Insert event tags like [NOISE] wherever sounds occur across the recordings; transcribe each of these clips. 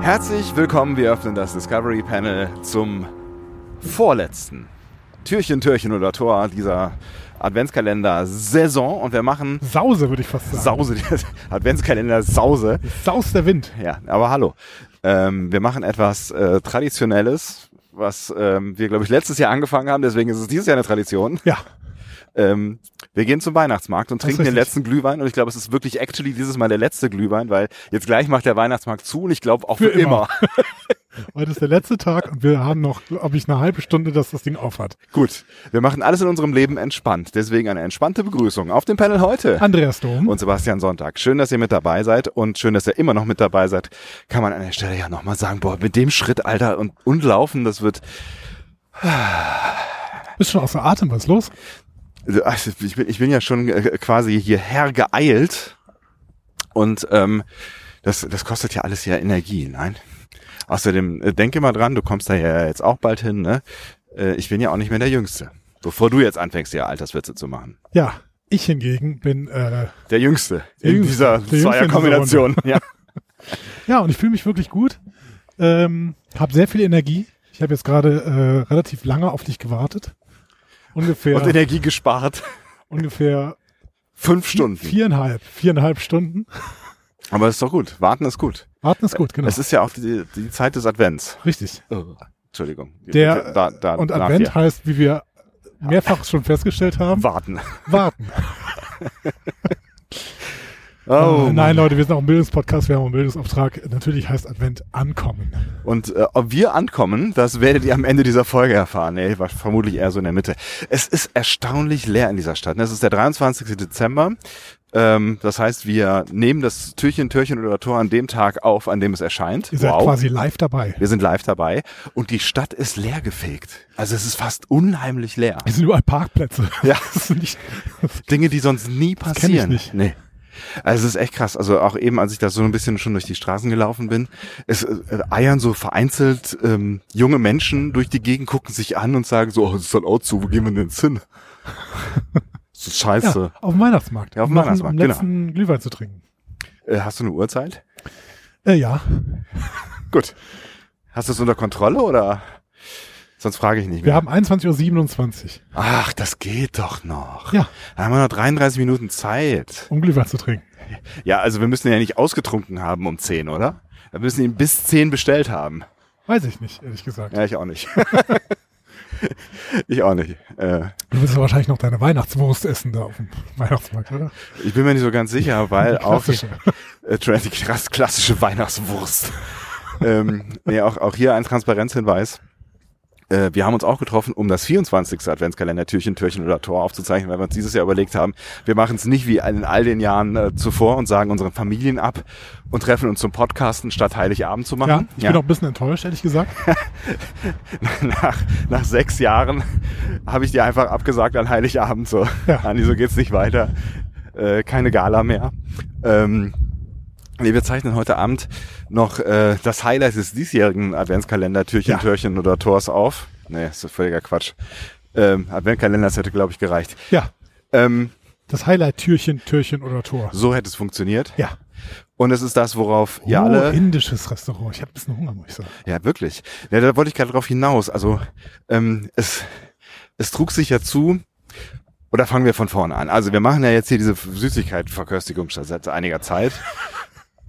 Herzlich willkommen, wir öffnen das Discovery Panel zum vorletzten Türchen, Türchen oder Tor dieser Adventskalender-Saison und wir machen Sause, würde ich fast sagen. Sause, [LAUGHS] Adventskalender-Sause. Saus der Wind. Ja, aber hallo. Ähm, wir machen etwas äh, Traditionelles, was ähm, wir, glaube ich, letztes Jahr angefangen haben, deswegen ist es dieses Jahr eine Tradition. Ja. Ähm, wir gehen zum Weihnachtsmarkt und Das ist trinken den richtig. letzten Glühwein und ich glaube, es ist wirklich actually dieses Mal der letzte Glühwein, weil jetzt gleich macht der Weihnachtsmarkt zu und ich glaube auch für, Für immer. immer. Heute ist der letzte Tag und wir haben noch, glaube ich, eine halbe Stunde, dass das Ding aufhat. Gut, wir machen alles in unserem Leben entspannt. Deswegen eine entspannte Begrüßung auf dem Panel heute. Andreas Dom. Und Sebastian Sonntag. Schön, dass ihr mit dabei seid und schön, dass ihr immer noch mit dabei seid. Kann man an der Stelle ja nochmal sagen, boah, mit dem Schritt, Alter, und, und laufen, das wird, Bist schon außer Atem, was ist los? also ich bin, ich bin ja schon äh, quasi hierher geeilt und ähm, das, das kostet ja alles ja Energie, nein? Außerdem, äh, denke mal dran, du kommst da ja jetzt auch bald hin, ne? Äh, ich bin ja auch nicht mehr der Jüngste. Bevor du jetzt anfängst, hier Alterswitze zu machen. Ja, ich hingegen bin, äh, Der Jüngste Der in Jüngste. dieser Der Jüngste in dieser Zweierkombination. Ja. ja, und ich fühle mich wirklich gut. Ähm, hab sehr viel Energie. Ich habe jetzt gerade äh, relativ lange auf dich gewartet. Ungefähr, Und Energie gespart. [LAUGHS] ungefähr Fünf vier- Stunden. viereinhalb, viereinhalb Stunden. Aber ist doch gut. Warten ist gut. Warten ist gut, genau. Es ist ja auch die, die Zeit des Advents. Richtig. Entschuldigung. Der, da, da, und nach Advent dir. heißt, wie wir mehrfach schon festgestellt haben, [LAUGHS] Warten. warten. Oh, Äh, Nein, Leute, wir sind auch ein Bildungspodcast, wir haben einen Bildungsauftrag. Natürlich heißt Advent ankommen. Und äh, ob wir ankommen, das werdet ihr am Ende dieser Folge erfahren. Nee, war vermutlich eher so in der Mitte. Es ist erstaunlich leer in dieser Stadt. ne? Es ist der 23. Dezember. Ähm, das heißt, wir nehmen das Türchen, Türchen oder Tor an dem Tag auf, an dem es erscheint. Ihr seid wow. quasi live dabei. Wir sind live dabei und die Stadt ist leer gefegt. Also es ist fast unheimlich leer. Es sind überall Parkplätze. [LAUGHS] Ja. Das ist nicht, Dinge, die sonst nie kenn ich passieren. nicht. Nee. Also es ist echt krass. Also auch eben, als ich da so ein bisschen schon durch die Straßen gelaufen bin, es äh, eiern so vereinzelt ähm, junge Menschen durch die Gegend, gucken sich an und sagen so, oh, das ist halt auch zu, wo gehen wir denn jetzt [LAUGHS] hin? Das ist ja, scheiße. auf dem Weihnachtsmarkt. Ja, auf dem Machen, Weihnachtsmarkt, um genau. letzten Glühwein zu trinken. Äh, hast du eine Uhrzeit? Äh, ja. Gut. Hast du es unter Kontrolle oder? Sonst frage ich nicht mehr. Wir haben 21.27 Uhr, Ach, das geht doch noch. Ja. Da haben wir noch 33 Minuten Zeit. um Glühwein zu trinken. Ja, also wir müssen ihn ja nicht ausgetrunken haben um 10, oder? Wir müssen ihn bis 10 bestellt haben. Weiß ich nicht, ehrlich gesagt. Ja, ich auch nicht. [LAUGHS] ich auch nicht. Äh, Du wirst ja wahrscheinlich noch deine Weihnachtswurst essen da auf dem [LAUGHS] Weihnachtsmarkt, oder? ich bin mir nicht so ganz sicher, weil [LAUGHS] auch klassische. äh, Trans- die krass klassische [LAUGHS] Weihnachtswurst. ähm, nee, auch, auch hier ein Transparenzhinweis. Äh, Wir haben uns auch getroffen, um das 24. Adventskalender Türchen, Türchen oder Tor aufzuzeichnen, weil wir uns dieses Jahr überlegt haben, wir machen es nicht wie in all den Jahren äh, zuvor und sagen unseren Familien ab und treffen uns zum Podcasten, statt Heiligabend zu machen. Ja, ich bin auch ein bisschen enttäuscht, [LAUGHS] ehrlich gesagt. nach, nach sechs Jahren habe ich dir einfach abgesagt an Heiligabend so. Ja. [LAUGHS] Andi, so geht's nicht weiter. Äh, keine Gala mehr. Ähm, nee, wir zeichnen heute Abend noch äh, das Highlight des diesjährigen Adventskalender Türchen, Ja. Türchen oder Tors auf. Nee, ist doch völliger Quatsch. Ähm, Adventskalender, das hätte, glaube ich, gereicht. Ja, Ähm, das Highlight Türchen, Türchen oder Tor. so hätte es funktioniert. Ja. Und es ist das, worauf ihr oh, alle indisches Restaurant. Ich habe ein bisschen Hunger, muss ich sagen. Ja, wirklich. Ja, da wollte ich gerade drauf hinaus. Also ähm, es, es trug sich ja zu, oder fangen wir von vorne an. Also wir machen ja jetzt hier diese Süßigkeitenverköstigung schon seit einiger [LAUGHS] Zeit.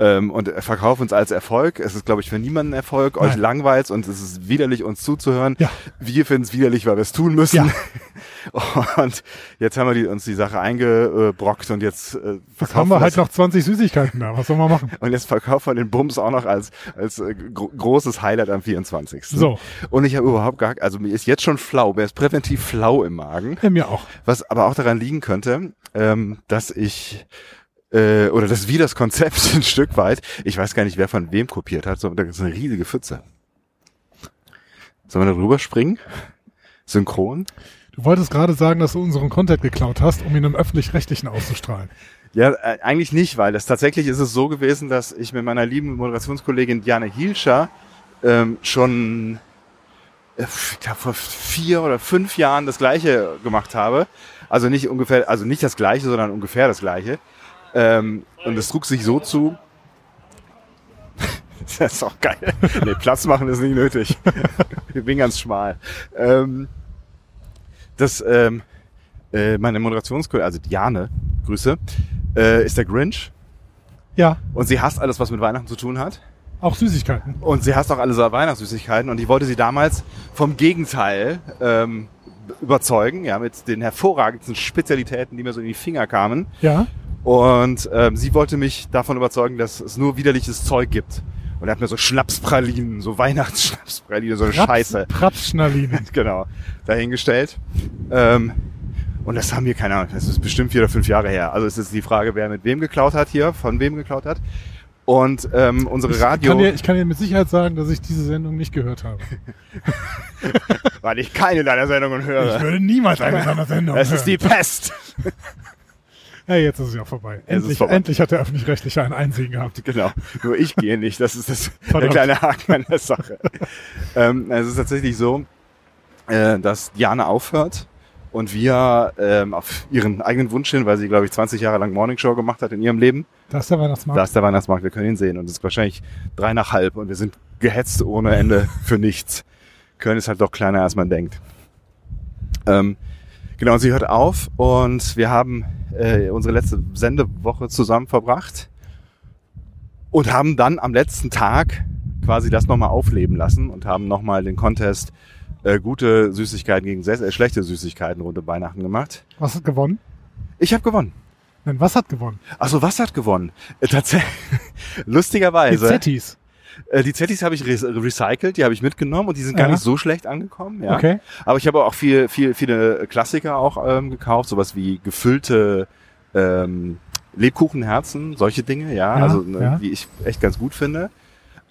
Ähm, und verkaufen uns als Erfolg. Es ist, glaube ich, für niemanden Erfolg. Euch Nein. langweilt und es ist widerlich, uns zuzuhören. Ja. Wir finden es widerlich, weil wir es tun müssen. Ja. [LAUGHS] Und jetzt haben wir die, uns die Sache eingebrockt und jetzt äh, Jetzt haben wir das halt noch 20 Süßigkeiten da. Was soll man machen? und jetzt verkauft man den Bums auch noch als, als äh, gro großes Highlight am 24. So. Und ich habe überhaupt gar, also mir ist jetzt schon flau, mir ist präventiv flau im Magen, Ja, [LAUGHS] mir auch. was aber auch daran liegen könnte, ähm, dass ich äh, oder das wie das Konzept [LAUGHS] ein Stück weit. Ich weiß gar nicht, wer von wem kopiert hat, so, da ist eine riesige Pfütze. Sollen wir da drüber springen? Synchron? Du wolltest gerade sagen, dass du unseren Content geklaut hast, um ihn im öffentlich-rechtlichen auszustrahlen. Ja, äh, eigentlich nicht, weil das tatsächlich ist es so gewesen, dass ich mit meiner lieben Moderationskollegin Diane Hielscher ähm, schon äh, ich glaub, vor vier oder fünf Jahren das gleiche gemacht habe. Also nicht ungefähr, also nicht das gleiche, sondern ungefähr das gleiche. Ähm, und es trug sich so zu. [LAUGHS] das ist auch geil. nee, Platz machen ist nicht nötig. [LAUGHS] Ich bin ganz schmal. Ähm, das, ähm, äh, meine Moderationskollegin, also Diane, Grüße, äh, ist der Grinch. Ja, Und sie hasst alles, was mit Weihnachten zu tun hat. auch Süßigkeiten. Und sie hasst auch alle so Weihnachtssüßigkeiten. Und ich wollte sie damals vom Gegenteil ähm, überzeugen, ja, mit den hervorragendsten Spezialitäten, die mir so in die Finger kamen. Ja, Und ähm, sie wollte mich davon überzeugen, dass es nur widerliches Zeug gibt. Und er hat mir so Schnapspralinen, so Weihnachtsschnapspralinen, so eine Scheiße, [LAUGHS] Prapsschnalinen. [LAUGHS] genau, dahingestellt. Ähm, und das haben wir, keine Ahnung, das ist bestimmt vier oder fünf Jahre her. Also es ist die Frage, wer mit wem geklaut hat hier, von wem geklaut hat. Und ähm, unsere Ich Radio, kann, dir, ich kann dir mit Sicherheit sagen, dass ich diese Sendung nicht gehört habe. weil ich keine deiner Sendungen höre. würde niemals [LAUGHS] eine seiner Sendung Es ist die Pest. [LAUGHS] Ja, jetzt ist es ja vorbei. Es ist Endlich, vorbei. endlich hat der Öffentlich-Rechtliche ein Einsehen gehabt. Genau, nur ich gehe nicht. Das ist das, der Verdammt. kleine Haken an der Sache. ähm, es ist tatsächlich so, äh, dass Diane aufhört und wir ähm, auf ihren eigenen Wunsch hin, weil sie, glaube ich, 20 Jahre lang Morningshow gemacht hat in ihrem Leben, Da ist der Weihnachtsmarkt. da ist der Weihnachtsmarkt, wir können ihn sehen. Und es ist wahrscheinlich drei nach halb und wir sind gehetzt ohne Ende für nichts. Köln ist halt doch kleiner, als man denkt. Ähm, genau, und sie hört auf und wir haben äh, unsere letzte Sendewoche zusammen verbracht und haben dann am letzten Tag quasi das nochmal aufleben lassen und haben nochmal den Contest äh, gute Süßigkeiten gegen sehr, äh, schlechte Süßigkeiten rund um Weihnachten gemacht. Was hat gewonnen? Ich habe gewonnen. Nein, was hat gewonnen? Also was hat gewonnen? Äh, tatsächlich. [LAUGHS] Die Lustigerweise. Zettis. Äh, die Zettis habe ich re recycelt, die habe ich mitgenommen und die sind gar Ja. nicht so schlecht angekommen. Ja. Okay. Aber ich habe auch viel, viel, viele Klassiker auch ähm, gekauft, sowas wie gefüllte ähm, Lebkuchenherzen, solche Dinge, ja, Ja, also ne, ja. die ich echt ganz gut finde.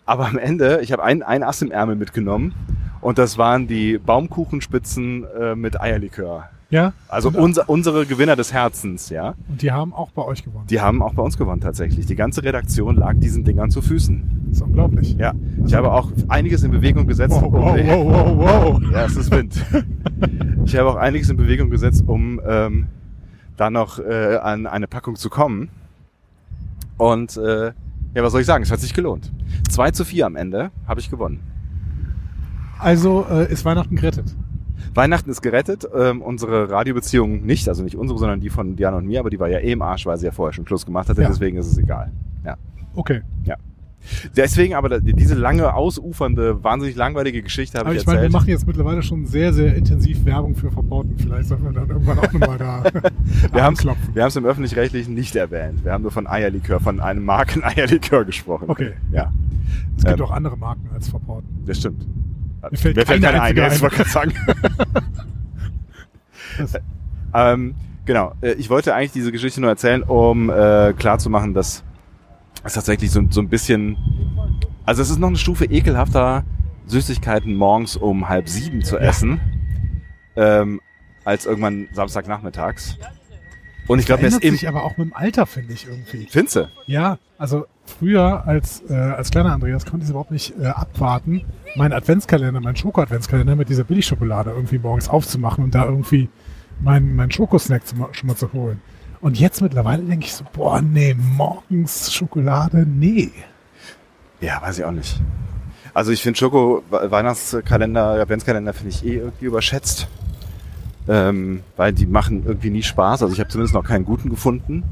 Aber am Ende, ich habe ein, ein Ass im Ärmel mitgenommen und das waren die Baumkuchenspitzen äh, mit Eierlikör. Ja. Also und, unser, unsere Gewinner des Herzens, ja. und die haben auch bei euch gewonnen. Die haben auch bei uns gewonnen tatsächlich. Die ganze Redaktion lag diesen Dingern zu Füßen. Das ist unglaublich. Ja, ich habe auch einiges in Bewegung gesetzt. Wow, wow, um- wow, wow, wow. Ja, es ist Wind. Ich habe auch einiges in Bewegung gesetzt, um ähm, da noch äh, an eine Packung zu kommen. Und äh, ja, was soll ich sagen? Es hat sich gelohnt. 2 zu 4 am Ende habe ich gewonnen. Also äh, ist Weihnachten gerettet. Weihnachten ist gerettet, ähm, unsere Radiobeziehung nicht, also nicht unsere, sondern die von Diana und mir, aber die war ja eh im Arsch, weil sie ja vorher schon Schluss gemacht hatte, Ja. deswegen ist es egal. Ja. Okay. Deswegen aber diese lange, ausufernde, wahnsinnig langweilige Geschichte habe Aber ich, ich meine, wir erzählt. machen jetzt mittlerweile schon sehr, sehr intensiv Werbung für Verbauten. Vielleicht sollten wir dann irgendwann auch nochmal da [LAUGHS] [LAUGHS] Wir haben klopfen. wir haben es im Öffentlich-Rechtlichen nicht erwähnt. Wir haben nur von Eierlikör, von einem Marken-Eierlikör gesprochen. Okay. Ja, Es gibt Ähm. auch andere Marken als Verbauten. das stimmt. Mir fällt keine einzige jetzt ein. wollte ich gerade sagen. Das, [LAUGHS] ähm, genau, äh, ich wollte eigentlich diese Geschichte nur erzählen, um äh, klarzumachen, dass es tatsächlich so, so ein bisschen... Also es ist noch eine Stufe ekelhafter, Süßigkeiten morgens um halb sieben zu essen, ähm, als irgendwann Samstagnachmittags. Und ich glaube, mir ist ändert im... sich aber auch mit dem Alter, finde ich irgendwie. Finze. Ja, also früher als, äh, als kleiner Andreas konnte ich es überhaupt nicht äh, abwarten, meinen Adventskalender, meinen Schoko-Adventskalender mit dieser Billigschokolade irgendwie morgens aufzumachen und da irgendwie meinen meinen Schokosnack zu, ma- schon mal zu holen. Und jetzt mittlerweile denke ich so, boah, nee, morgens Schokolade, nee. Ja, weiß ich auch nicht. Also ich finde Schoko We- Weihnachtskalender, Adventskalender finde ich eh irgendwie überschätzt. Ähm, weil die machen irgendwie nie Spaß. Also ich habe zumindest noch keinen guten gefunden.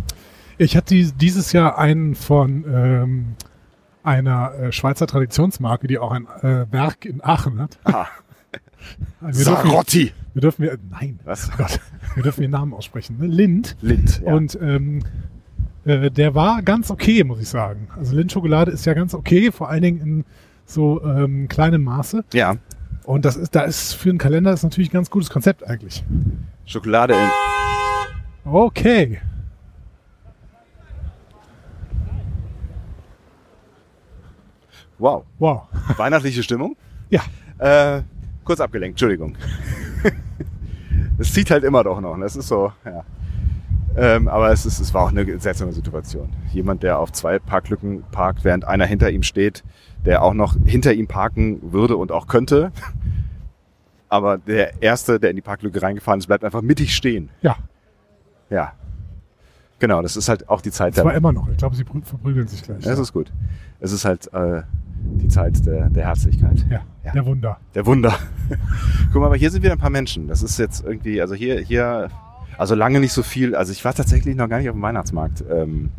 Ich hatte dies- dieses Jahr einen von ähm, einer äh, Schweizer Traditionsmarke, die auch ein äh, Werk in Aachen hat. Ah, Also wir, dürfen, Sarotti. wir dürfen, wir, nein, oh Was? Gott, wir dürfen den Namen aussprechen, ne? Lind. Lind. Ja. Und ähm, äh, der war ganz okay, muss ich sagen. Also Lindschokolade ist ja ganz okay, vor allen Dingen in so ähm, kleinem Maße. ja. Und das ist, da ist für einen Kalender ist natürlich ein ganz gutes Konzept eigentlich. Schokolade in. Okay. Wow. Wow. [LAUGHS] Weihnachtliche Stimmung? Ja. Äh, kurz abgelenkt, Entschuldigung. [LAUGHS] Es zieht halt immer doch noch. ne? Das ist so, ja. Ähm, aber es, ist, es war auch eine seltsame Situation. Jemand, der auf zwei Parklücken parkt, während einer hinter ihm steht, der auch noch hinter ihm parken würde und auch könnte. [LAUGHS] Aber der Erste, der in die Parklücke reingefahren ist, bleibt einfach mittig stehen. Ja. Ja. Genau, das ist halt auch die Zeit Das war der. immer noch. Ich glaube, sie prü- verprügeln sich gleich. Das ist gut. Es ist halt äh, die Zeit der, der Herzlichkeit. ja. Ja. Der Wunder. Der Wunder. [LAUGHS] Guck mal, aber hier sind wieder ein paar Menschen. Das ist jetzt irgendwie, also hier, hier, also lange nicht so viel. Also ich war tatsächlich noch gar nicht auf dem Weihnachtsmarkt. Ähm,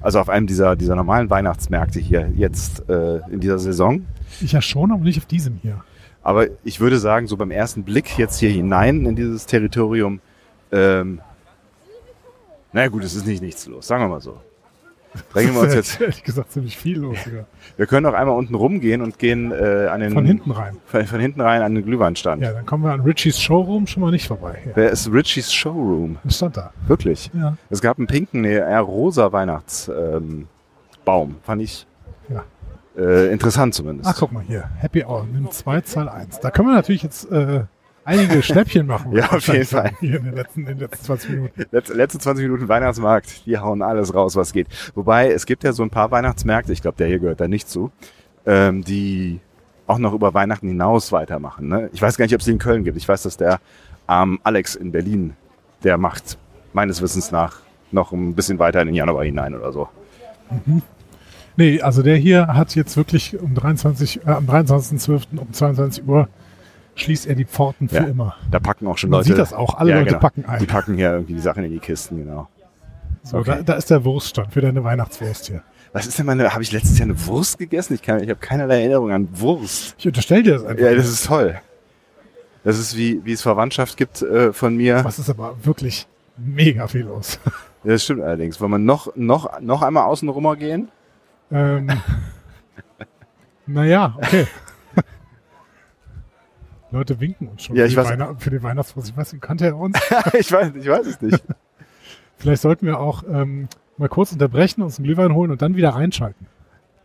also auf einem dieser, dieser normalen Weihnachtsmärkte hier jetzt äh, in dieser Saison. Ich ja schon, aber nicht auf diesem hier. Aber ich würde sagen, so beim ersten Blick jetzt hier hinein in dieses Territorium, ähm, na gut, es ist nicht nichts los, sagen wir mal so. Drängen wir uns Das ist [LAUGHS] jetzt. ja Ehrlich gesagt, ziemlich viel los. sogar. Wir können auch einmal unten rumgehen und gehen äh, an den Von hinten rein. von, von hinten rein an den Glühweinstand. Ja, dann kommen wir an Richies Showroom schon mal nicht vorbei. Ja, Wer ist Richies Showroom? das stand da. Wirklich. Ja. Es gab einen pinken, nee, eher rosa Weihnachtsbaum. Ähm, Baum. Fand ich Ja. äh, interessant zumindest. Ach, guck mal hier. Happy Hour. Nimm zwei, Zahl eins. Da können wir natürlich jetzt äh, [LAUGHS] einige Schnäppchen machen. Ja, auf jeden Fall. Hier in den letzten, in den letzten 20 Minuten. Letz, letzte 20 Minuten Weihnachtsmarkt, die hauen alles raus, was geht. Wobei, es gibt ja so ein paar Weihnachtsmärkte, ich glaube, der hier gehört da nicht zu, ähm, die auch noch über Weihnachten hinaus weitermachen. Ne? Ich weiß gar nicht, ob es die in Köln gibt. Ich weiß, dass der ähm, Alex in Berlin, der macht meines Wissens nach noch ein bisschen weiter in den Januar hinein oder so. Nee, also der hier hat jetzt wirklich um 23, äh, am 23.12. um 22 Uhr schließt er die Pforten für Ja. immer. Da packen auch schon Man Leute. genau. sieht das auch, alle Leute packen ein. Die packen hier irgendwie die Sachen in die Kisten, genau. So, Okay. da, da ist der Wurststand für deine Weihnachtswurst hier. Was ist denn meine, habe ich letztes Jahr eine Wurst gegessen? Ich, kann, ich habe keinerlei Erinnerung an Wurst. Ich unterstelle dir das einfach. Ja, das ist toll. Das ist wie, wie es Verwandtschaft gibt äh, von mir. Was ist aber wirklich mega viel los. [LAUGHS] Ja, Das stimmt allerdings. Wollen wir noch, noch, noch einmal außen rummer gehen? Ähm, naja, okay. Leute winken uns schon Ja, für, ich die weiß- Weihnacht- für die Weihnachtswurst. Ich weiß nicht, kannte er uns? [LAUGHS] ich, weiß, ich weiß es nicht. Vielleicht sollten wir auch ähm, mal kurz unterbrechen, uns einen Glühwein holen und dann wieder reinschalten.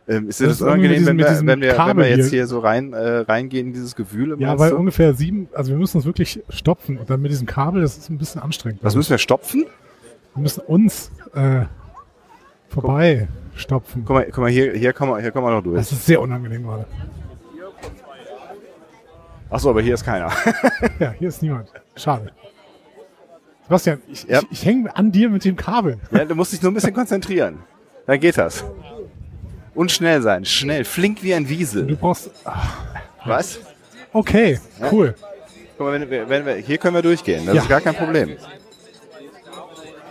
Ähm, ist dir Das das, ist irgendwie unangenehm, mit wenn diesem- mit wir, diesem wenn, wir, wenn Kabel wir jetzt hier. hier so rein, äh, reingehen in dieses Gewühle? Ja, meinst weil du? ungefähr sieben, also wir müssen uns wirklich stopfen und dann mit diesem Kabel, das ist ein bisschen anstrengend. Was müssen wir stopfen? wir müssen uns äh, vorbei stopfen. Guck mal, guck mal hier, hier, kommen wir, hier kommen wir noch durch. Das ist sehr unangenehm gerade. Achso, aber hier ist [LAUGHS] keiner. Ja, hier ist niemand. Schade. Sebastian, ich, Ja. ich, ich hänge an dir mit dem Kabel. Ja, du musst dich nur ein bisschen konzentrieren. Dann geht das. Und schnell sein. Schnell. Flink wie ein Du Wiesel. brauchst. Was? Okay, cool. Guck mal, wenn, wir- wenn wir, hier können wir durchgehen. Das Ja. ist gar kein Problem.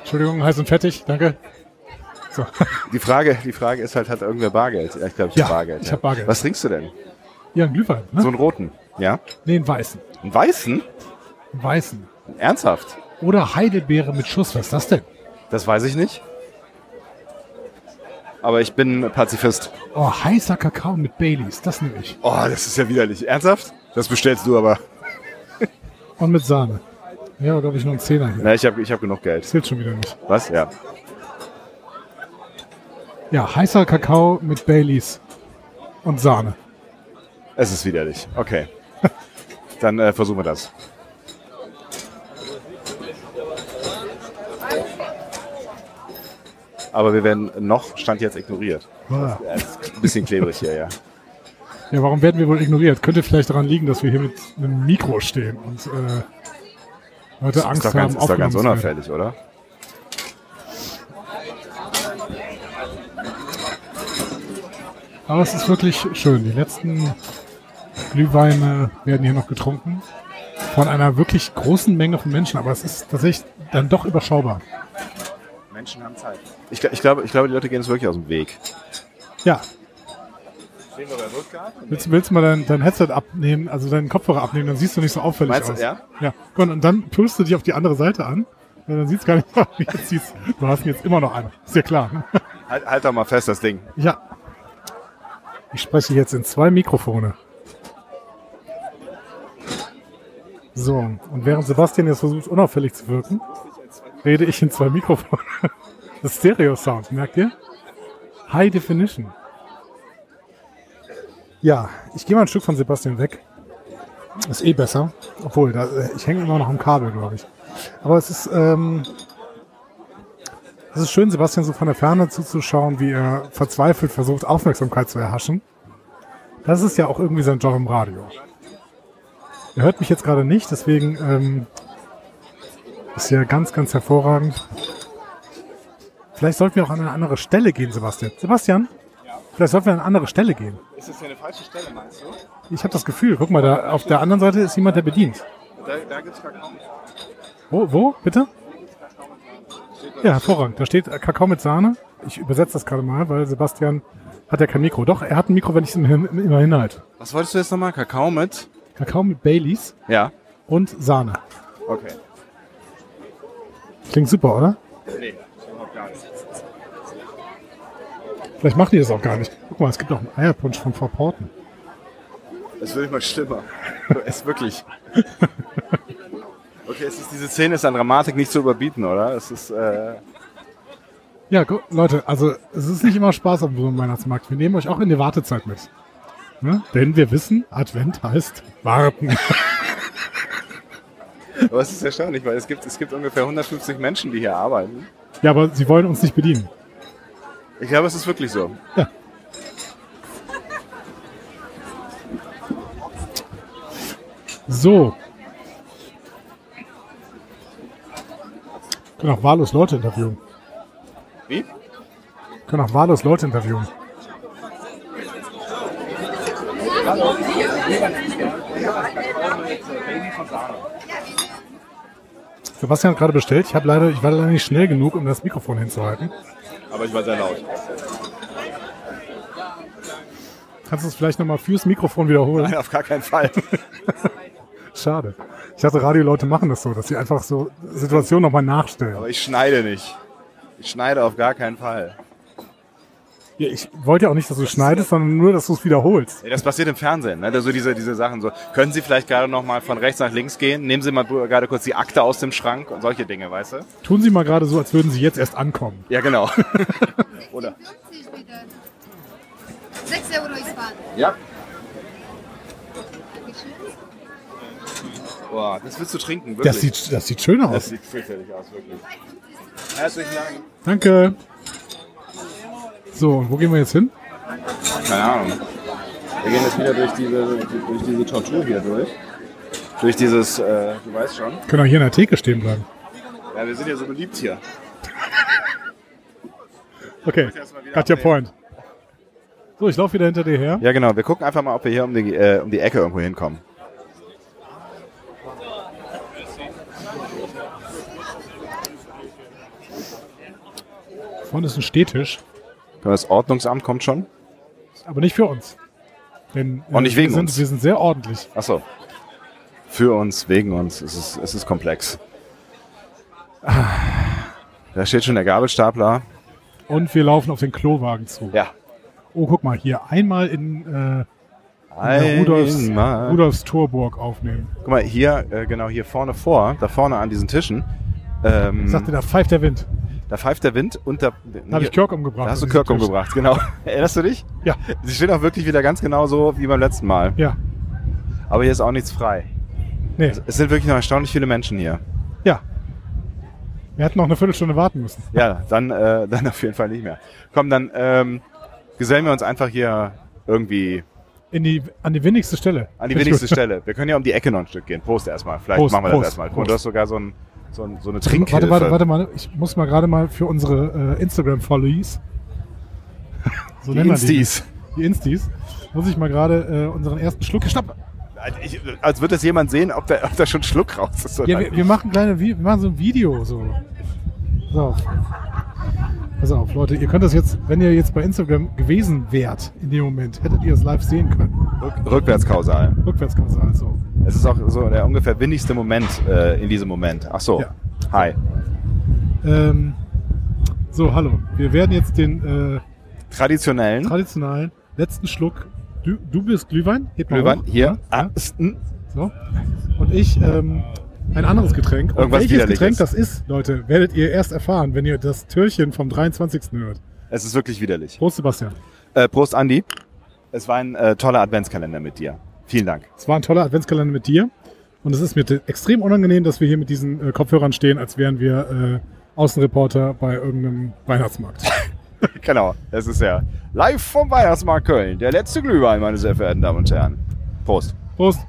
Entschuldigung, heiß und fettig, danke. So. [LAUGHS] Die Frage, die Frage ist halt, hat irgendwer Bargeld? Ja, ich glaube, ich Ja, habe Bargeld. Hm? ich hab Bargeld. Was trinkst du denn? Ja, ein Glühwein, ne? So einen roten? Ja? Nee, einen weißen. Einen weißen? Einen weißen. Ernsthaft? Oder Heidelbeere mit Schuss, was ist das denn? Das weiß ich nicht. Aber ich bin Pazifist. Oh, heißer Kakao mit Baileys, das nehme ich. Oh, das ist ja widerlich. Ernsthaft? Das bestellst du aber. Und mit Sahne. Ja, glaube ich, nur ein Zehner hier. Na, ich habe ich hab genug Geld. Zählt schon wieder nicht. Was? Ja. Ja, heißer Kakao mit Baileys und Sahne. Es ist widerlich. Okay. [LAUGHS] Dann äh, versuchen wir das. Aber wir werden noch, stand jetzt ignoriert. Ah. Ja, ist ein bisschen klebrig hier, [LAUGHS] ja. Ja, warum werden wir wohl ignoriert? Könnte vielleicht daran liegen, dass wir hier mit einem Mikro stehen und äh, Leute Angst ist doch haben. ganz, ist doch ganz aufgenommen zu werden. unauffällig, oder? Aber es ist wirklich schön. Die letzten Glühweine werden hier noch getrunken. Von einer wirklich großen Menge von Menschen. Aber es ist tatsächlich dann doch überschaubar. Menschen haben Zeit. Ich, gl- ich, glaube, ich glaube, die Leute gehen es wirklich aus dem Weg. Ja, Stehen wir bei Rückgarten? willst, willst du mal dein, dein Headset abnehmen, also deinen Kopfhörer abnehmen, dann siehst du nicht so auffällig Meinst du, aus. ja? Ja. Gut, und dann pulst du dich auf die andere Seite an. Ja, dann sieht's gar nicht [LAUGHS] aus, wie du jetzt siehst. Du hast ihn jetzt immer noch an. Ist ja klar. ne? Halt, halt doch mal fest, das Ding. Ja. Ich spreche jetzt in zwei Mikrofone. So, und während Sebastian jetzt versucht, unauffällig zu wirken, rede ich in zwei Mikrofone. [LAUGHS] Das ist Stereo-Sound, merkt ihr? High Definition. Ja, ich gehe mal ein Stück von Sebastian weg. Ist eh besser. Obwohl, da, äh, ich hänge immer noch am Kabel, glaube ich. Aber es ist, ähm, es ist schön, Sebastian so von der Ferne zuzuschauen, wie er verzweifelt versucht, Aufmerksamkeit zu erhaschen. Das ist ja auch irgendwie sein Job im Radio. Er hört mich jetzt gerade nicht, deswegen ähm, ist ja ganz, ganz hervorragend. Vielleicht sollten wir auch an eine andere Stelle gehen, Sebastian. Sebastian, vielleicht sollten wir an eine andere Stelle gehen. Ist das hier eine falsche Stelle, meinst du? Ich habe das Gefühl, guck mal, da auf der anderen Seite ist jemand, der bedient. Da, da gibt's Kakao. mit Sahne. Wo, wo, bitte? Steht da Ja, hervorragend. Da steht äh, Kakao mit Sahne. Ich übersetze das gerade mal, weil Sebastian hat ja kein Mikro. Doch, er hat ein Mikro, wenn ich es im Hin- immer hinhalte. Was wolltest du jetzt nochmal? Kakao mit? Kakao mit Baileys Ja. und Sahne. Okay. Klingt super, oder? Nee, überhaupt gar nicht. Vielleicht machen die das auch gar nicht. Guck mal, es gibt auch einen Eierpunsch von Frau Porten. Es wird immer schlimmer. [LAUGHS] es wirklich. Okay, es ist, diese Szene ist an Dramatik nicht zu überbieten, oder? Es ist, äh, Ja, gu- Leute, also es ist nicht immer Spaß auf so einem Weihnachtsmarkt. Wir nehmen euch auch in die Wartezeit mit. Ne? Denn wir wissen, Advent heißt warten. [LAUGHS] aber es ist erstaunlich, weil es gibt, es gibt ungefähr 150 Menschen, die hier arbeiten. ja, aber sie wollen uns nicht bedienen. Ich glaube, es ist wirklich so. So. Können auch wahllos Leute interviewen. Wie? Können auch wahllos Leute interviewen. Sebastian hat gerade bestellt. Ich habe leider, ich war leider nicht schnell genug, um das Mikrofon hinzuhalten. Aber ich war sehr laut. Kannst du es vielleicht nochmal fürs Mikrofon [LAUGHS] wiederholen? Nein, auf gar keinen Fall. Schade. Ich dachte, Radioleute machen das so, dass sie einfach so Situationen nochmal nachstellen. Aber ich schneide nicht. Ich schneide auf gar keinen Fall. Ja, ich wollte ja auch nicht, dass du schneidest, sondern nur, dass du es wiederholst. Ja, Das passiert im Fernsehen, ne? Also diese, diese Sachen so. Können Sie vielleicht gerade noch mal von rechts nach links gehen? Nehmen Sie mal gerade kurz die Akte aus dem Schrank und solche Dinge, weißt du? Tun Sie mal gerade so, als würden Sie jetzt erst ankommen. Ja, genau. [LAUGHS] Oder? 40 bitte. 6 Euro ist Bahn. Ja. Dankeschön. Boah, das willst du trinken, wirklich. Das sieht, das sieht schön das aus. sieht fürchterlich aus, wirklich. Herzlichen Dank. Danke. So, und wo gehen wir jetzt hin? Keine Ahnung. Wir gehen jetzt wieder durch diese, durch diese Tortur hier durch. Durch dieses, äh, du weißt schon. Können auch hier in der Theke stehen bleiben. Ja, wir sind ja so beliebt hier. Okay, got your point. So, ich laufe wieder hinter dir her. Ja, genau. Wir gucken einfach mal, ob wir hier um die, äh, um die Ecke irgendwo hinkommen. Vorne ist ein Stehtisch, Das Ordnungsamt kommt schon. aber nicht für uns. Denn äh, Und nicht wegen wir sind, uns. Wir sind sehr ordentlich. Ach so. Für uns, wegen uns. Es ist, es ist komplex. Ah, Da steht schon der Gabelstapler. Und wir laufen auf den Klowagen zu. Ja. Oh, guck mal, hier einmal in, äh, in der Rudolfs, Einmal. Rudolfs Torburg aufnehmen. Guck mal, hier, äh, genau hier vorne vor, da vorne an diesen Tischen, ähm, Ich sagte, da pfeift der Wind. da pfeift der Wind und da... Da habe ich Kirk umgebracht. Da hast du an Kirk diesem Tisch. umgebracht, genau. [LAUGHS] Erinnerst du dich? Ja, Sie stehen auch wirklich wieder ganz genau so wie beim letzten Mal. ja. Aber hier ist auch nichts frei. Nee, Es sind wirklich noch erstaunlich viele Menschen hier. ja. Wir hätten noch eine Viertelstunde warten müssen. Ja, dann, äh, [LAUGHS] dann auf jeden Fall nicht mehr. Komm, dann ähm, gesellen wir uns einfach hier irgendwie In die, an die wenigste Stelle. an die Finde ich wenigste gut. Stelle. Wir können ja um die Ecke noch ein Stück gehen. Prost erstmal. Vielleicht Prost, machen wir Prost, das erstmal. Und Prost. du hast sogar so, ein, so, ein, so eine Trinkhilfe. Warte, warte, warte mal. Ich muss mal gerade mal für unsere äh, Instagram-Followies, so Die nennen wir die, Instis. die Instis, muss ich mal gerade äh, unseren ersten Schluck. Stopp! Also Ich, als wird das jemand sehen, ob da, ob da schon Schluck raus ist. Oder Ja, wir, nicht. wir machen kleine, Vi- wir machen so ein Video so. Pass auf. Pass auf, Leute, ihr könnt das jetzt, wenn ihr jetzt bei Instagram gewesen wärt in dem Moment, hättet ihr es live sehen können. Rück, Rückwärtskausal. Rückwärtskasse also. Es ist auch so der ungefähr windigste Moment äh, in diesem Moment. Ach so. Ja. Hi. Ähm, so, hallo. Wir werden jetzt den äh, Traditionellen traditionellen letzten Schluck. Du, du bist Glühwein? Hebt mal Glühwein hoch. hier. Ja, Ah, ja, ist- n- so. Und ich ähm, ein anderes Getränk. Und Irgendwas welches Widerliches. Getränk das ist, Leute, werdet ihr erst erfahren, wenn ihr das Türchen vom 23. hört. Es ist wirklich widerlich. Prost, Sebastian. Äh, Prost, Andi. Es war ein äh, toller Adventskalender mit dir. Vielen [LAUGHS] Dank. Es war ein toller Adventskalender mit dir. Und es ist mir de- extrem unangenehm, dass wir hier mit diesen äh, Kopfhörern stehen, als wären wir äh, Außenreporter bei irgendeinem Weihnachtsmarkt. [LAUGHS] Genau, das ist ja live vom Weihnachtsmarkt Köln. Der letzte Glühwein, meine sehr verehrten Damen und Herren. Prost. Prost.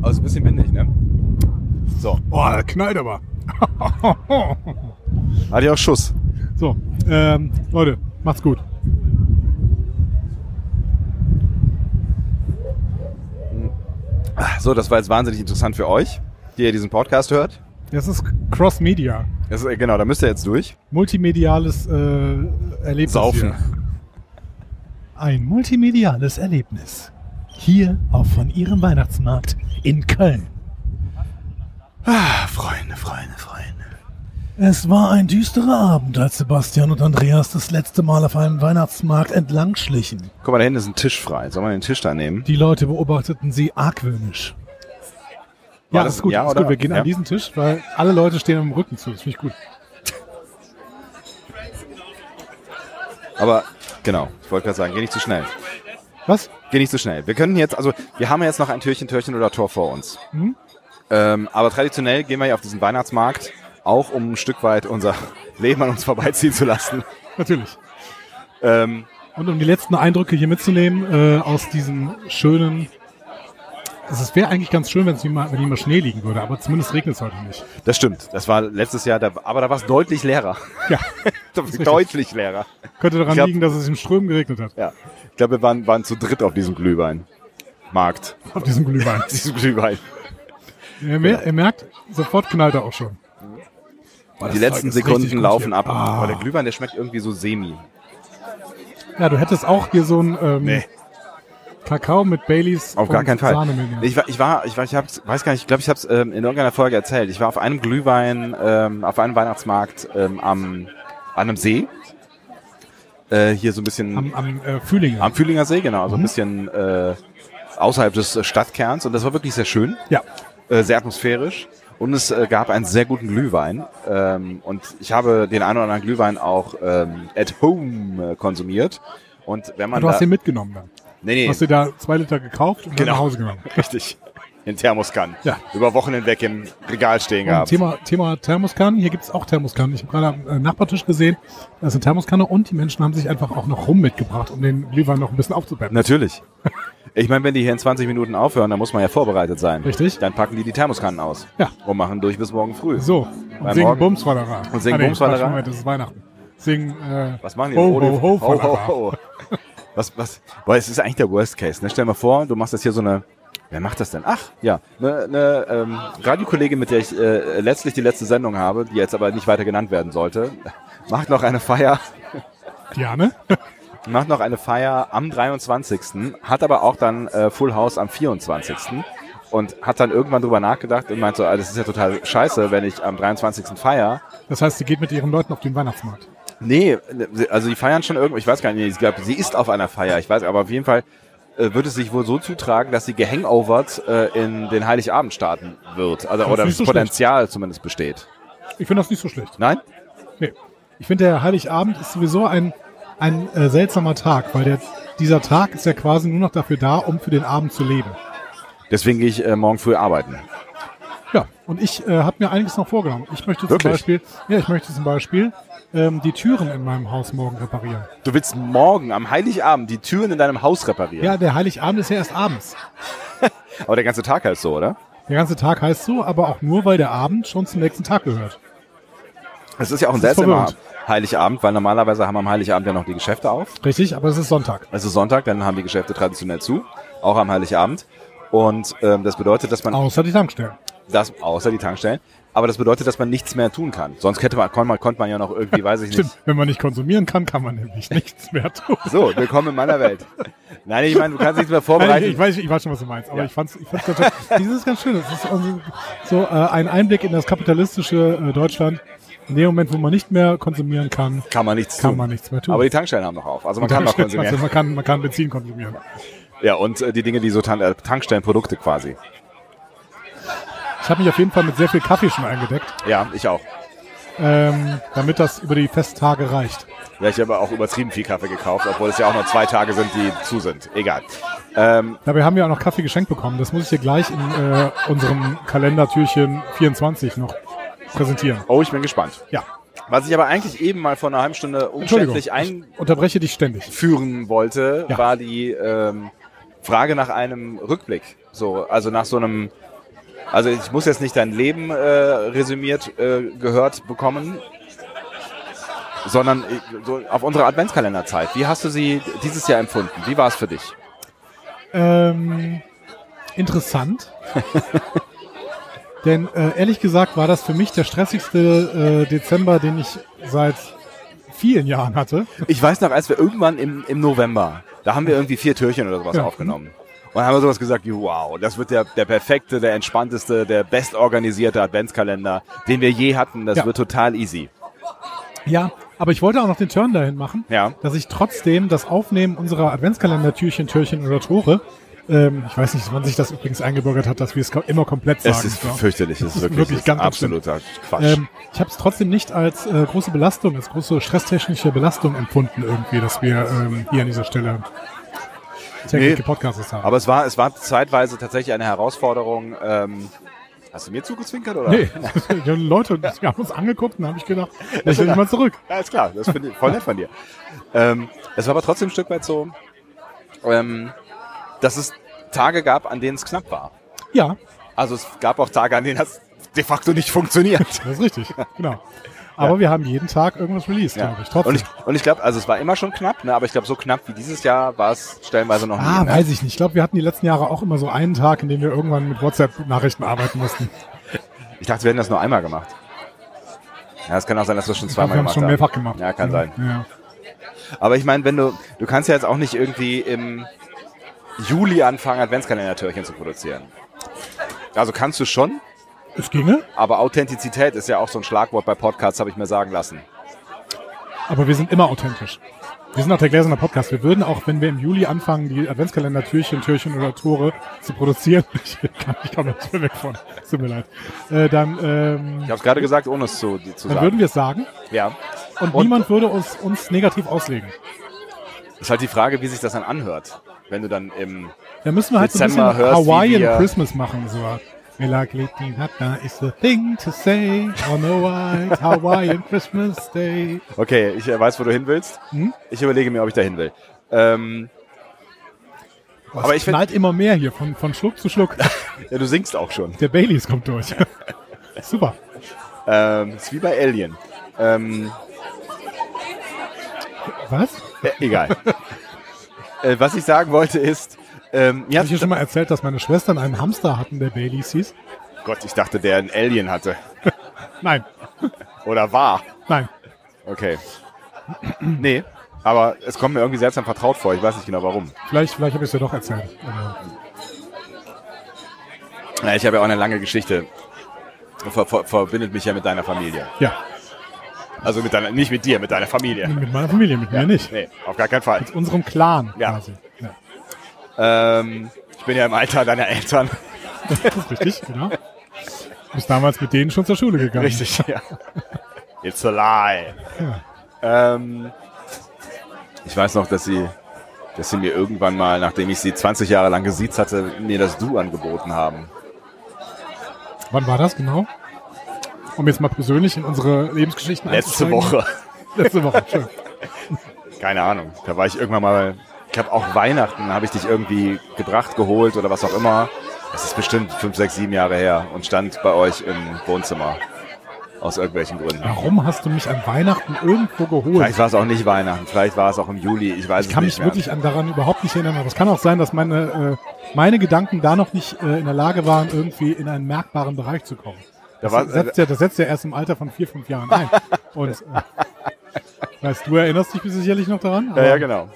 Also ein bisschen windig, ne? So, Oh, das knallt aber. [LAUGHS] hatte ich auch Schuss. So, ähm, Leute, macht's gut. So, das war jetzt wahnsinnig interessant für euch, die ihr diesen Podcast hört. Das ist Cross-Media. Das ist, genau, da müsst ihr jetzt durch. Multimediales äh, Erlebnis. Saufen. Hier. Ein multimediales Erlebnis. Hier auf von Ihrem Weihnachtsmarkt in Köln. Ah, Freunde, Freunde, Freunde. Es war ein düsterer Abend, als Sebastian und Andreas das letzte Mal auf einem Weihnachtsmarkt entlang schlichen. Guck mal, da hinten ist ein Tisch frei. Sollen wir den Tisch da nehmen? Die Leute beobachteten sie argwöhnisch. War das Ja, das ist gut. ein Ja das ist oder? gut. Wir gehen Ja. an diesen Tisch, weil alle Leute stehen am Rücken zu. Das finde ich gut. Aber genau, ich wollte gerade sagen, geh nicht zu schnell. Was? Geh nicht zu schnell. Wir können jetzt, also wir haben ja jetzt noch ein Türchen, Türchen oder Tor vor uns. Ähm, aber traditionell gehen wir ja auf diesen Weihnachtsmarkt, auch um ein Stück weit unser [LAUGHS] Leben an uns vorbeiziehen zu lassen. Natürlich. Ähm, Und um die letzten Eindrücke hier mitzunehmen äh, aus diesem schönen. Also es wäre eigentlich ganz schön, wenn's hier mal, wenn hier mal Schnee liegen würde, aber zumindest regnet es heute nicht. das stimmt. Das war letztes Jahr, da, aber da war es deutlich leerer. Ja, [LAUGHS] Da- deutlich leerer. könnte daran Ich glaub- liegen, dass es im Strömen geregnet hat. Ja. Ich glaube, wir waren, waren zu dritt auf diesem Glühweinmarkt. Auf diesem [LAUGHS] Glühwein. Auf diesem Glühwein. Ihr, mer ihr merkt, sofort knallt er auch schon. Die letzten Ah, Zeug ist richtig Sekunden gut laufen hier. Ah. ab. Aber der Glühwein, der schmeckt irgendwie so semi. Ja, du hättest auch hier so ein ähm, Nee. Kakao mit Baileys Auf gar und keinen Fall. Sahne mitnehmen. Ich war, ich war, ich war, ich hab's, weiß gar nicht, ich glaube, ich habe es ähm, in irgendeiner Folge erzählt. Ich war auf einem Glühwein, ähm, auf einem Weihnachtsmarkt ähm, am, an einem See. Äh, hier so ein bisschen am Mhm. am äh, Fühlinger. am Fühlinger See, genau, so ein bisschen äh, außerhalb des äh, Stadtkerns. Und das war wirklich sehr schön, ja, äh, sehr atmosphärisch. Und es äh, gab einen sehr guten Glühwein. Ähm, und ich habe den einen oder anderen Glühwein auch ähm, at home äh, konsumiert. Und wenn man du hast da, den mitgenommen dann. nee, nee, Du hast dir da zwei Liter gekauft und Genau. dann nach Hause genommen. [LAUGHS] Richtig. In Thermoskan. Ja. Über Wochen hinweg im Regal stehen Und gehabt. Thema, Thema Thermoskannen, hier gibt's auch Thermoskannen. Ich habe gerade am äh, Nachbartisch gesehen, da ist eine Thermoskanne und die Menschen haben sich einfach auch noch rum mitgebracht, um den Glühwein noch ein bisschen Ne. aufzupeppen. [LAUGHS] Natürlich. Ich meine, wenn die hier in 20 Minuten aufhören, dann muss man ja vorbereitet sein. Richtig. Dann packen die die Thermoskannen aus. Ja. Und machen durch bis morgen früh. So, und Beim singen Morgen. Bumsfallera. Und singen Bumsfallera. Moment, Das ist Weihnachten. Singen, äh, Was machen die? Ho, denn? ho, ho, Fallera. ho. Was, was? Boah, es ist eigentlich der Worst Case. Ne? Stell dir mal vor, du machst jetzt hier so eine. Wer macht das denn? Ach, ja, eine ne, ähm, Radiokollegin, mit der ich äh, letztlich die letzte Sendung habe, die jetzt aber nicht weiter genannt werden sollte, [LAUGHS] macht noch eine Feier Ja, ne? [LAUGHS] macht noch eine Feier am 23., hat aber auch dann äh, Full House am 24. und hat dann irgendwann drüber nachgedacht und meint so, ah, das ist ja total scheiße, wenn ich am 23. feier. Das heißt, sie geht mit ihren Leuten auf den Weihnachtsmarkt. Nee, also die feiern schon irgendwie, ich weiß gar nicht, ich glaube, sie ist auf einer Feier, ich weiß, aber auf jeden Fall äh, wird es sich wohl so zutragen, dass sie gehangovert äh, in den Heiligabend starten wird. Also, ist oder nicht das so Potenzial zumindest besteht. Ich finde das nicht so schlecht. Nein? Nee. Ich finde, der Heiligabend ist sowieso ein, ein äh, seltsamer Tag, weil der, dieser Tag ist ja quasi nur noch dafür da, um für den Abend zu leben. Deswegen gehe ich äh, morgen früh arbeiten. Ja, und ich äh, habe mir einiges noch vorgenommen. Ich möchte zum Wirklich? Beispiel, ja, ich möchte zum Beispiel ähm, die Türen in meinem Haus morgen reparieren. Du willst morgen am Heiligabend die Türen in deinem Haus reparieren. Ja, der Heiligabend ist ja erst abends. Aber der ganze Tag halt so, oder? Der ganze Tag heißt so, aber auch nur, weil der Abend schon zum nächsten Tag gehört. Es ist ja auch ein Das ist seltsamer verwirrend. Heiligabend, weil normalerweise haben am Heiligabend ja noch die Geschäfte auf. Richtig, aber es ist Sonntag. Also Sonntag, dann haben die Geschäfte traditionell zu, auch am Heiligabend. Und ähm, das bedeutet, dass man Außer die Tankstellen. das außer die Tankstellen, aber das bedeutet, dass man nichts mehr tun kann. Sonst hätte man konnte man, konnte man ja noch irgendwie, weiß ich nicht. [LAUGHS] Stimmt, wenn man nicht konsumieren kann, kann man nämlich [LAUGHS] nichts mehr tun. So, willkommen in meiner Welt. Nein, ich meine, du kannst nichts mehr Nein, vorbereiten. ich, ich, weiß, ich weiß schon, was du meinst, aber Ja. ich fand's, ich fand's ganz schön. Dieses ist ganz schön. Das ist also so äh, ein Einblick in das kapitalistische äh, Deutschland. In dem Moment, wo man nicht mehr konsumieren kann, kann man nichts kann tun. man nichts mehr tun. Aber die Tankstellen haben noch auf. Also man kann noch Also konsumieren. man, kann, man kann Benzin konsumieren. Ja, und äh, die Dinge, die so Tan äh, Tankstellenprodukte quasi. Ich habe mich auf jeden Fall mit sehr viel Kaffee schon eingedeckt, Ja, ich auch. ähm, damit das über die Festtage reicht. Wäre ich aber auch übertrieben viel Kaffee gekauft, obwohl es ja auch noch zwei Tage sind, die zu sind. Egal. Ähm, Dabei haben wir auch noch Kaffee geschenkt bekommen. Das muss ich dir gleich in äh, unserem Kalendertürchen 24 noch präsentieren. oh, ich bin gespannt. Ja, Was ich aber eigentlich eben mal vor einer halben Stunde Entschuldigung. umständlich ein Ich unterbreche dich ständig. führen wollte, Ja. war die ähm, Frage nach einem Rückblick. So, also nach so einem, also ich muss jetzt nicht dein Leben äh, resümiert äh, gehört bekommen, sondern äh, so auf unsere Adventskalenderzeit. Wie hast du sie dieses Jahr empfunden? Wie war es für dich? Ähm, interessant. Denn äh, ehrlich gesagt war das für mich der stressigste äh, Dezember, den ich seit vielen Jahren hatte. Ich weiß noch, als wir irgendwann im, im November, da haben wir irgendwie vier Türchen oder sowas Ja. aufgenommen. Und dann haben wir sowas gesagt, wow, das wird der, der perfekte, der entspannteste, der bestorganisierte Adventskalender, den wir je hatten. Das Ja. wird total easy. Ja, aber ich wollte auch noch den Turn dahin machen, Ja. dass ich trotzdem das Aufnehmen unserer Adventskalender-Türchen, Türchen oder Tore, ähm, ich weiß nicht, wann sich das übrigens eingebürgert hat, dass wir es ko- immer komplett sagen. Es ist ja. fürchterlich, es ist wirklich, wirklich es ist ganz, ganz absoluter Quatsch. ähm, ich habe es trotzdem nicht als äh, große Belastung, als große stresstechnische Belastung empfunden irgendwie, dass wir ähm, hier an dieser Stelle tägliche Nee. Podcasts haben. Aber es war, es war zeitweise tatsächlich eine Herausforderung. Ähm, hast du mir zugezwinkert oder? Nee, [LAUGHS] die Leute, die haben uns angeguckt und habe ich gedacht, ich will nicht mal zurück. Ja, ist klar, das finde ich voll nett von dir. Ähm, es war aber trotzdem ein Stück weit so, ähm, dass es Tage gab, an denen es knapp war. Ja, Also es gab auch Tage, an denen das de facto nicht [LAUGHS] funktioniert. das ist richtig, genau. Aber wir haben jeden Tag irgendwas released, Ja. glaube ich, trotzdem. Und ich, und ich glaube, also es war immer schon knapp, ne, aber ich glaube, so knapp wie dieses Jahr war es stellenweise noch Ah, nie. Ne? weiß ich nicht. Ich glaube, wir hatten die letzten Jahre auch immer so einen Tag, in dem wir irgendwann mit WhatsApp-Nachrichten arbeiten mussten. Ich dachte, wir hätten das nur einmal gemacht. Ja, es kann auch sein, dass wir es schon zweimal wir haben gemacht es schon haben. mehrfach gemacht. Ja, kann sein. Ja. Aber ich meine, wenn du, du kannst ja jetzt auch nicht irgendwie im Juli anfangen, Adventskalendertürchen zu produzieren. Also kannst du schon, Es ginge, aber Authentizität ist ja auch so ein Schlagwort bei Podcasts, habe ich mir sagen lassen. aber wir sind immer authentisch. Wir sind auch der Gläserner Podcast. Wir würden auch, wenn wir im Juli anfangen, die Adventskalender Türchen, Türchen oder Tore zu produzieren, [LAUGHS] ich, kann, ich komme nicht mehr weg von, es tut mir leid, äh, dann, ähm, Ich habe es gerade gesagt, ohne es zu, zu dann sagen. würden wir es sagen Ja. und, Und- niemand würde uns, uns negativ auslegen. Ist halt die Frage, wie sich das dann anhört, wenn du dann im Da müssen wir halt so Dezember ein bisschen hörst, wie Hawaiian wir- Christmas machen. So. Melagletin hat da is the thing to say on a white Hawaiian Christmas day. Okay, ich äh, weiß, wo du hin willst. Hm? Ich überlege mir, ob ich da hin will. Ähm, Oh, Aber es ich find- knallt immer mehr hier, von, von Schluck zu Schluck. ja, du singst auch schon. Der Baileys kommt durch. [LAUGHS] Super. Ähm, ist wie bei Alien. Ähm, Was? äh, [LAUGHS] egal. äh, was ich sagen wollte ist, ähm, mir Habe ich dir hat's- schon mal erzählt, dass meine Schwestern einen Hamster hatten, der Baileys hieß? Gott, ich dachte, der ein Alien hatte. Nein, Oder war. nein. Okay. nee, aber es kommt mir irgendwie seltsam vertraut vor. Ich weiß nicht genau warum. Vielleicht, vielleicht habe ich es dir doch erzählt. Aber Na, ich habe ja auch eine lange Geschichte. Ver ver verbindet mich ja mit deiner Familie. Ja, Also mit deiner, nicht mit dir, mit deiner Familie. mit meiner Familie, mit mir nicht. Nee, auf gar keinen Fall. Mit unserem Clan Ja. quasi. Ja, [LAUGHS] Ähm, ich bin ja im Alter deiner Eltern. [LAUGHS] das ist richtig, genau. Du bist damals mit denen schon zur Schule gegangen. Richtig, ja. It's a lie. Ja. Ähm, ich weiß noch, dass sie, dass sie mir irgendwann mal, nachdem ich sie 20 Jahre lang gesiezt hatte, mir das Du angeboten haben. Wann war das genau? Um jetzt mal persönlich in unsere Lebensgeschichten Letzte einzusteigen. Woche. [LAUGHS] Letzte Woche, schön. Keine Ahnung. Da war ich irgendwann mal, ich habe auch Weihnachten, habe ich dich irgendwie gebracht, geholt oder was auch immer. Das ist bestimmt 5, 6, 7 Jahre her und stand bei euch im Wohnzimmer. Aus irgendwelchen Gründen. Warum hast du mich an Weihnachten irgendwo Vielleicht geholt? war es auch nicht Weihnachten, vielleicht war es auch im Juli, ich weiß Ich kann es nicht mich mehr. wirklich an daran überhaupt nicht erinnern, aber es kann auch sein, dass meine, äh, meine Gedanken da noch nicht äh, in der Lage waren, irgendwie in einen merkbaren Bereich zu kommen. Da Das, war- setzt ja, das setzt ja erst im Alter von vier, fünf Jahren ein. [LAUGHS] Und äh, weißt du, erinnerst dich sicherlich noch daran? Ja, aber- ja, genau.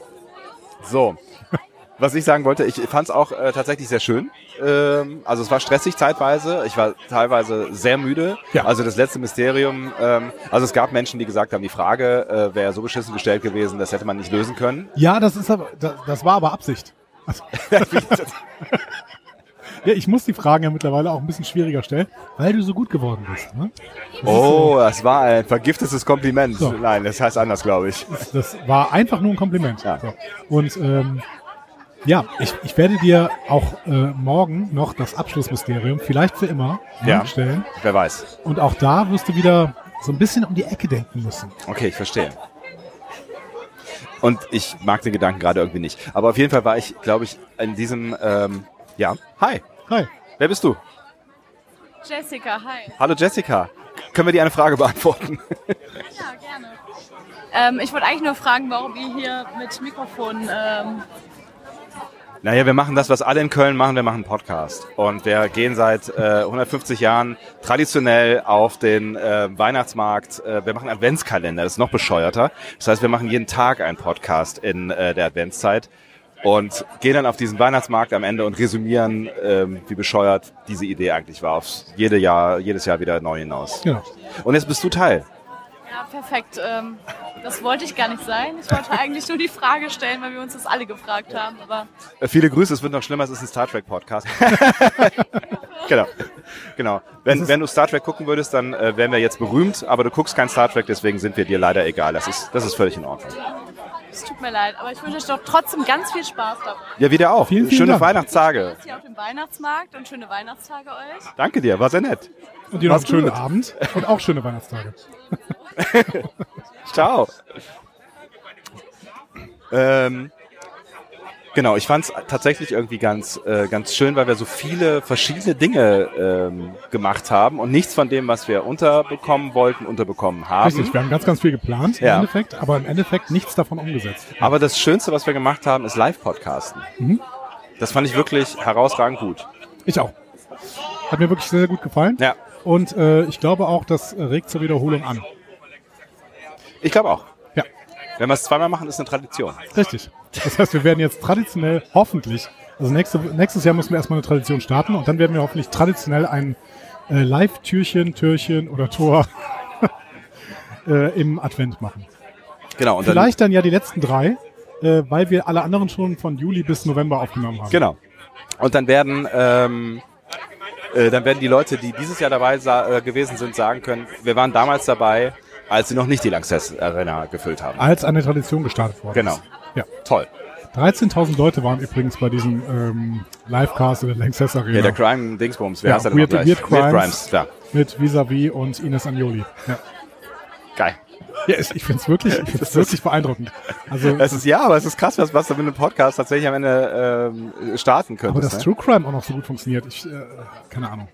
So. Was ich sagen wollte, ich fand es auch äh, tatsächlich sehr schön. Ähm, also es war stressig zeitweise. Ich war teilweise sehr müde. Ja. Also das letzte Mysterium. Ähm, also es gab Menschen, die gesagt haben, die Frage äh, wäre so beschissen gestellt gewesen, das hätte man nicht lösen können. Ja, das ist aber, das, das war aber Absicht. Also, Ja, ich muss die Fragen ja mittlerweile auch ein bisschen schwieriger stellen, weil du so gut geworden bist. Ne? Oh, das war ein vergiftetes Kompliment. So. Nein, das heißt anders, glaube ich. Das war einfach nur ein Kompliment. Ja. So. Und ähm, ja, ich, ich werde dir auch äh, morgen noch das Abschlussmysterium, vielleicht für immer, Ja. stellen. Wer weiß. Und auch da wirst du wieder so ein bisschen um die Ecke denken müssen. Okay, ich verstehe. Und ich mag den Gedanken gerade irgendwie nicht. Aber auf jeden Fall war ich, glaube ich, in diesem, ähm, ja. Hi, Hi. wer bist du? Jessica, hi. Hallo Jessica. Können wir dir eine Frage beantworten? Ja, gerne. Ähm, ich wollte eigentlich nur fragen, warum ihr hier mit Mikrofon. Ähm, Naja, wir machen das, was alle in Köln machen, wir machen einen Podcast. Und wir gehen seit äh, 150 Jahren traditionell auf den äh, Weihnachtsmarkt. Äh, wir machen Adventskalender, das ist noch bescheuerter. Das heißt, wir machen jeden Tag einen Podcast in äh, der Adventszeit und gehen dann auf diesen Weihnachtsmarkt am Ende und resümieren, ähm, wie bescheuert diese Idee eigentlich war. Aufs jede Jahr, jedes Jahr wieder neu hinaus. Genau. Und jetzt bist du Teil. ja, perfekt. Ähm, das wollte ich gar nicht sein. Ich wollte eigentlich nur die Frage stellen, weil wir uns das alle gefragt haben. Aber Äh, Viele Grüße, es wird noch schlimmer, es ist ein Star Trek Podcast. genau. genau. Wenn, wenn du Star Trek gucken würdest, dann äh, wären wir jetzt berühmt, aber du guckst kein Star Trek, deswegen sind wir dir leider egal. Das ist, das ist völlig in Ordnung. es tut mir leid. Aber ich wünsche euch doch trotzdem ganz viel Spaß dabei. Ja, wieder auch. Vielen, vielen Schöne Dank. Weihnachtstage. Hier auf dem Weihnachtsmarkt und schöne Weihnachtstage euch. Danke dir, war sehr nett. Und dir noch einen Mach's schönen gut. Abend und auch schöne Weihnachtstage. Ciao. Ähm, genau, ich fand es tatsächlich irgendwie ganz, äh, ganz schön, weil wir so viele verschiedene Dinge ähm, gemacht haben und nichts von dem, was wir unterbekommen wollten, unterbekommen haben. Richtig, wir haben ganz, ganz viel geplant im Ja. Endeffekt, aber im Endeffekt nichts davon umgesetzt. Aber das Schönste, was wir gemacht haben, ist Live-Podcasten. Mhm. Das fand ich wirklich herausragend gut. Ich auch. Hat mir wirklich sehr, sehr gut gefallen. Ja, Und äh, ich glaube auch, das regt zur Wiederholung an. ich glaube auch. Ja. Wenn wir es zweimal machen, ist eine Tradition. Richtig. Das heißt, wir werden jetzt traditionell hoffentlich, also nächste, nächstes Jahr müssen wir erstmal eine Tradition starten und dann werden wir hoffentlich traditionell ein äh, Live-Türchen, Türchen oder Tor [LAUGHS] äh, im Advent machen. Genau. Und Vielleicht dann ja die letzten drei, äh, weil wir alle anderen schon von Juli bis November aufgenommen haben. Dann, genau. Und dann werden, ähm, äh, dann werden die Leute, die dieses Jahr dabei sa- äh, gewesen sind, sagen können, wir waren damals dabei, als sie noch nicht die Lanxess Arena gefüllt haben. Als eine Tradition gestartet worden Genau. ist. Ja. Toll. 13.000 Leute waren übrigens bei diesem ähm, Livecast in der Lanxess Arena. Ja, der Crime Dingsbums. Wer Genau. Ja, heißt der denn Weird- noch gleich? Weird Crimes. klar. mit Visavi und Ines Agnoli. [LAUGHS] Ja. Geil. Ja, ich, ich finde [LAUGHS] es wirklich, ich find's wirklich beeindruckend. Also, Es ist ja, aber es ist krass, was, was du mit einem Podcast tatsächlich am Ende ähm, starten aber könntest. dass ne? True Crime auch noch so gut funktioniert, ich, äh, keine Ahnung.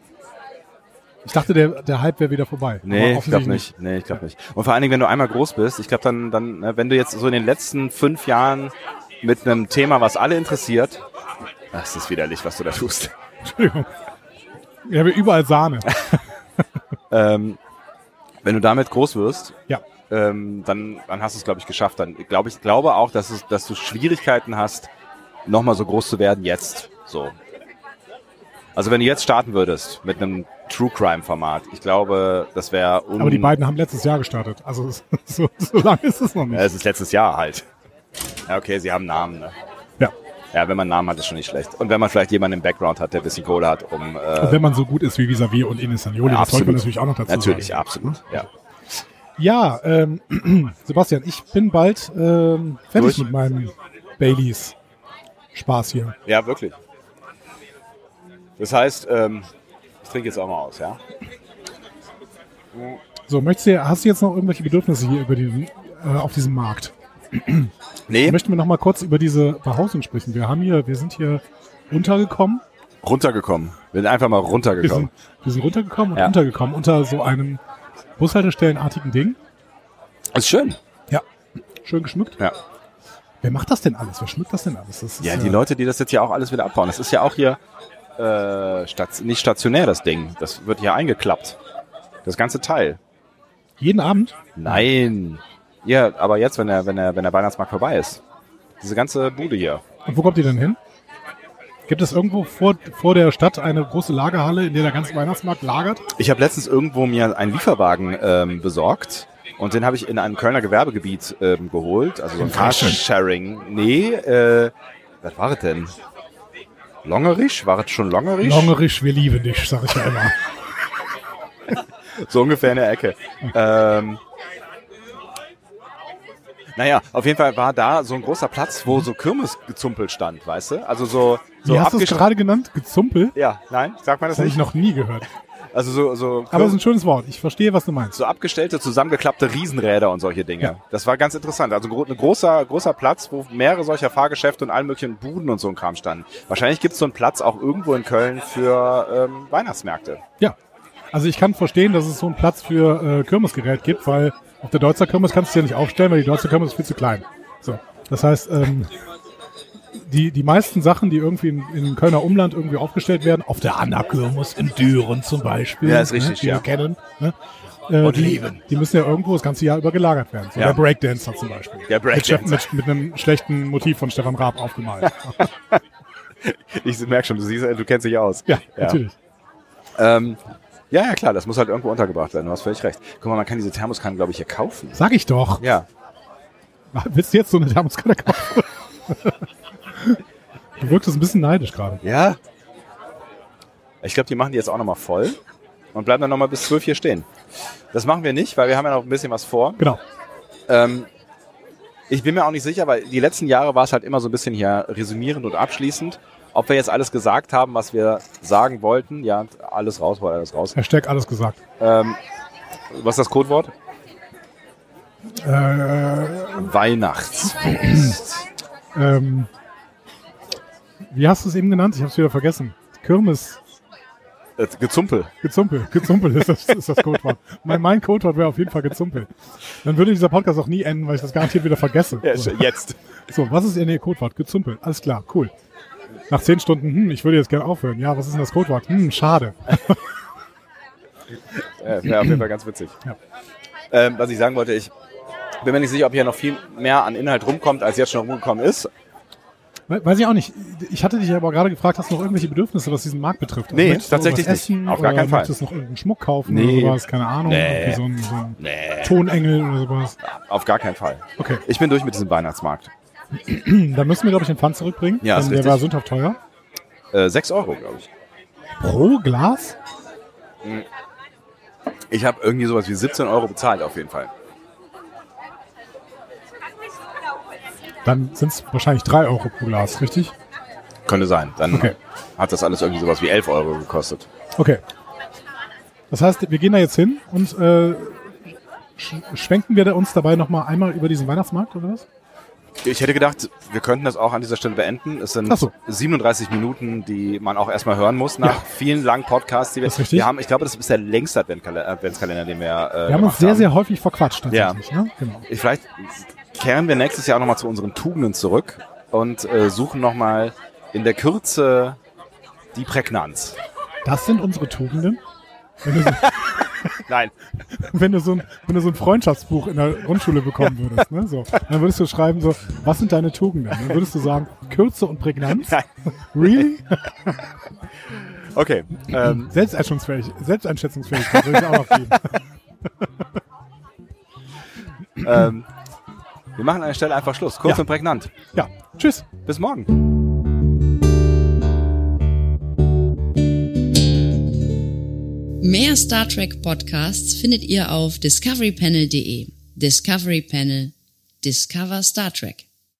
Ich dachte, der, der Hype wäre wieder vorbei. Nee, Aber ich glaube offensichtlich nicht. Nee, ich glaube nicht. Und vor allen Dingen, wenn du einmal groß bist, ich glaube dann, dann, ne, wenn du jetzt so in den letzten fünf Jahren mit einem Thema, was alle interessiert, Ach, es ist widerlich, was du da tust. Entschuldigung. Wir haben hier [LAUGHS] überall Sahne. Ähm, wenn du damit groß wirst, Ja. ähm, dann, dann hast du es, glaube ich, geschafft. Dann glaube ich, glaube auch, dass, es, dass du Schwierigkeiten hast, nochmal so groß zu werden jetzt. So. Also wenn du jetzt starten würdest mit einem True Crime Format, ich glaube, das wäre un- Aber die beiden haben letztes Jahr gestartet. Also [LAUGHS] es- so, so lange ist es noch Ja, nicht. Äh, Es ist letztes Jahr halt. Ja, okay, sie haben Namen. Ne? Ja. Ja, wenn man einen Namen hat, ist schon nicht schlecht. Und wenn man vielleicht jemanden im Background hat, der ein bisschen Kohle hat, um... Äh, Wenn man so gut ist wie Visavi und Ines Agnoli, das sollte man natürlich auch noch dazu Natürlich, sagen. absolut. Ja. Ja, ähm, [CLEARS THROAT] Sebastian, ich bin bald ähm, fertig Durch? mit meinem Baileys Spaß hier. ja, wirklich. Das heißt, ähm, ich trinke jetzt auch mal aus, ja? So, möchtest du, hast du jetzt noch irgendwelche Bedürfnisse hier über den, äh, auf diesem Markt? Nee, Möchten wir noch mal kurz über diese Behausung sprechen? Wir haben hier, wir sind hier untergekommen. runtergekommen. Bin einfach mal Wir sind, runtergekommen. wir sind runtergekommen und Genau. Ja. untergekommen unter so einem Bushaltestellenartigen Ding. Ist schön. Schön geschmückt. Ja. Wer macht das denn alles? Wer schmückt das denn alles? Das ist, Ja, die äh, Leute, die das jetzt ja auch alles wieder abbauen. Das ist ja auch hier äh, stat nicht stationär, das Ding. Das wird hier eingeklappt. Das ganze Teil. Jeden Abend? Nein. Ja, aber jetzt, wenn der, wenn der, wenn der Weihnachtsmarkt vorbei ist. Diese ganze Bude hier. Und wo kommt ihr denn hin? Gibt es irgendwo vor, vor der Stadt eine große Lagerhalle, in der der ganze Weihnachtsmarkt lagert? Ich habe letztens irgendwo mir einen Lieferwagen ähm, besorgt und den habe ich in einem Kölner Gewerbegebiet ähm, geholt. Also so ein Carsharing. Nee, äh, was war das denn? Longerich? War es schon Longerich? Longerisch, wir lieben dich, sag ich ja immer. so ungefähr in der Ecke. Ähm, naja, auf jeden Fall war da so ein großer Platz, wo so Kirmesgezumpel stand, weißt du? Also so, so Wie hast du es abgesch- gerade genannt? Gezumpel? Ja, nein, sagt man das Das habe ich nicht? noch nie gehört. Also so, so, Aber es ist ein schönes Wort. Ich verstehe, was du meinst. so abgestellte, zusammengeklappte Riesenräder und solche Dinge. Ja. Das war ganz interessant. Also gro- ein großer, großer Platz, wo mehrere solcher Fahrgeschäfte und allen möglichen Buden und so ein Kram standen. Wahrscheinlich gibt's so einen Platz auch irgendwo in Köln für ähm, Weihnachtsmärkte. Ja. Also ich kann verstehen, dass es so einen Platz für äh, Kirmesgerät gibt, weil auf der Deutzer Kirmes kannst du es ja nicht aufstellen, weil die Deutzer Kirmes ist viel zu klein. So. Das heißt, ähm, die, die meisten Sachen, die irgendwie im, im Kölner Umland irgendwie aufgestellt werden, auf der Anakirmes in Düren zum Beispiel, Ja, ist richtig, die ja. wir kennen, ne? äh, Und die, lieben. die müssen ja irgendwo das ganze Jahr über gelagert werden. So Ja. Der Breakdancer zum Beispiel. Der Breakdancer. Mit, Chef- mit, mit einem schlechten Motiv von Stefan Raab [LAUGHS] aufgemalt. Ich merk schon, du siehst, äh, du kennst dich aus. ja, natürlich. Ähm, ja, ja, klar, das muss halt irgendwo untergebracht werden. Du hast völlig recht. Guck mal, man kann diese Thermoskannen, glaube ich, hier kaufen. Sag ich doch. Ja. [LAUGHS] Willst du jetzt so eine Thermoskanne kaufen? [LAUGHS] du wirktest ein bisschen neidisch gerade. Ja. Ich glaube, die machen die jetzt auch nochmal voll und bleiben dann nochmal bis 12 hier stehen. Das machen wir nicht, weil wir haben ja noch ein bisschen was vor. Genau. Ähm, ich bin mir auch nicht sicher, weil die letzten Jahre war es halt immer so ein bisschen hier resümierend und abschließend. Ob wir jetzt alles gesagt haben, was wir sagen wollten. Ja, alles raus, war alles raus. Hashtag alles gesagt. Ähm, was ist das Codewort? Äh, Weihnachts. ähm, wie hast du es eben genannt? Ich habe es wieder vergessen. Kirmes. Äh, Gezumpel. Gezumpel. Gezumpel ist das, ist das Codewort. Mein, mein Codewort wäre auf jeden Fall Gezumpel. Dann würde dieser Podcast auch nie enden, weil ich das garantiert wieder vergesse. Ja, so. jetzt. so, was ist denn Ihr Codewort? Gezumpel. Alles klar, cool. Nach zehn Stunden, hm, ich würde jetzt gerne aufhören. Ja, was ist denn das Codewort? Hm, schade. Ja, Wäre auf jeden Fall ganz witzig. Ja. Ähm, was ich sagen wollte, ich bin mir nicht sicher, ob hier noch viel mehr an Inhalt rumkommt, als jetzt schon rumgekommen ist. We- Weiß ich auch nicht. Ich hatte dich aber gerade gefragt, hast du noch irgendwelche Bedürfnisse, was diesen Markt betrifft? Also Nee, möchtest du tatsächlich irgendwas nicht. Essen, Auf gar oder keinen Fall. Möchtest du noch irgendeinen Schmuck kaufen Nee. oder sowas? Keine Ahnung. Nee. irgendwie So ein, so ein Nee. Tonengel oder sowas. Auf gar keinen Fall. Okay, hm, Ich bin durch mit diesem Weihnachtsmarkt. dann müssen wir, glaube ich, den Pfand zurückbringen. Ja, denn ist der richtig. war sündhaft teuer. Äh, 6 Euro, glaube ich. Pro Glas? Ich habe irgendwie sowas wie 17 Euro bezahlt, auf jeden Fall. Dann sind es wahrscheinlich drei Euro pro Glas, richtig? Könnte sein. Dann Okay. hat das alles irgendwie sowas wie 11 Euro gekostet. Okay. Das heißt, wir gehen da jetzt hin und äh, sch schwenken wir da uns dabei nochmal einmal über diesen Weihnachtsmarkt oder was? Ich hätte gedacht, wir könnten das auch an dieser Stelle beenden. Es sind Ach so. 37 Minuten, die man auch erstmal hören muss nach vielen langen Podcasts, die wir, Das ist richtig. wir haben. Ich glaube, das ist der längste Adventkale- Adventskalender, den wir, äh, Wir haben uns gemacht sehr, sehr häufig verquatscht tatsächlich. Ja. Ne? Genau. Ich- Vielleicht kehren wir nächstes Jahr nochmal zu unseren Tugenden zurück und äh, suchen nochmal in der Kürze die Prägnanz. Das sind unsere Tugenden. Wenn du so Nein. wenn du so ein, wenn du so ein Freundschaftsbuch in der Grundschule bekommen würdest, ne? So, dann würdest du schreiben so, was sind deine Tugenden? Dann würdest du sagen, Kürze und Prägnanz. Nein. Really? Okay. Ähm, Selbsteinschätzungsfähig, Selbsteinschätzungsfähigkeit würde ich auch noch geben. ähm, wir machen an der Stelle einfach Schluss. Kurz Ja. und prägnant. Ja, tschüss. Bis morgen. Mehr Star Trek Podcasts findet ihr auf discoverypanel.de. Discovery Panel. Discover Star Trek.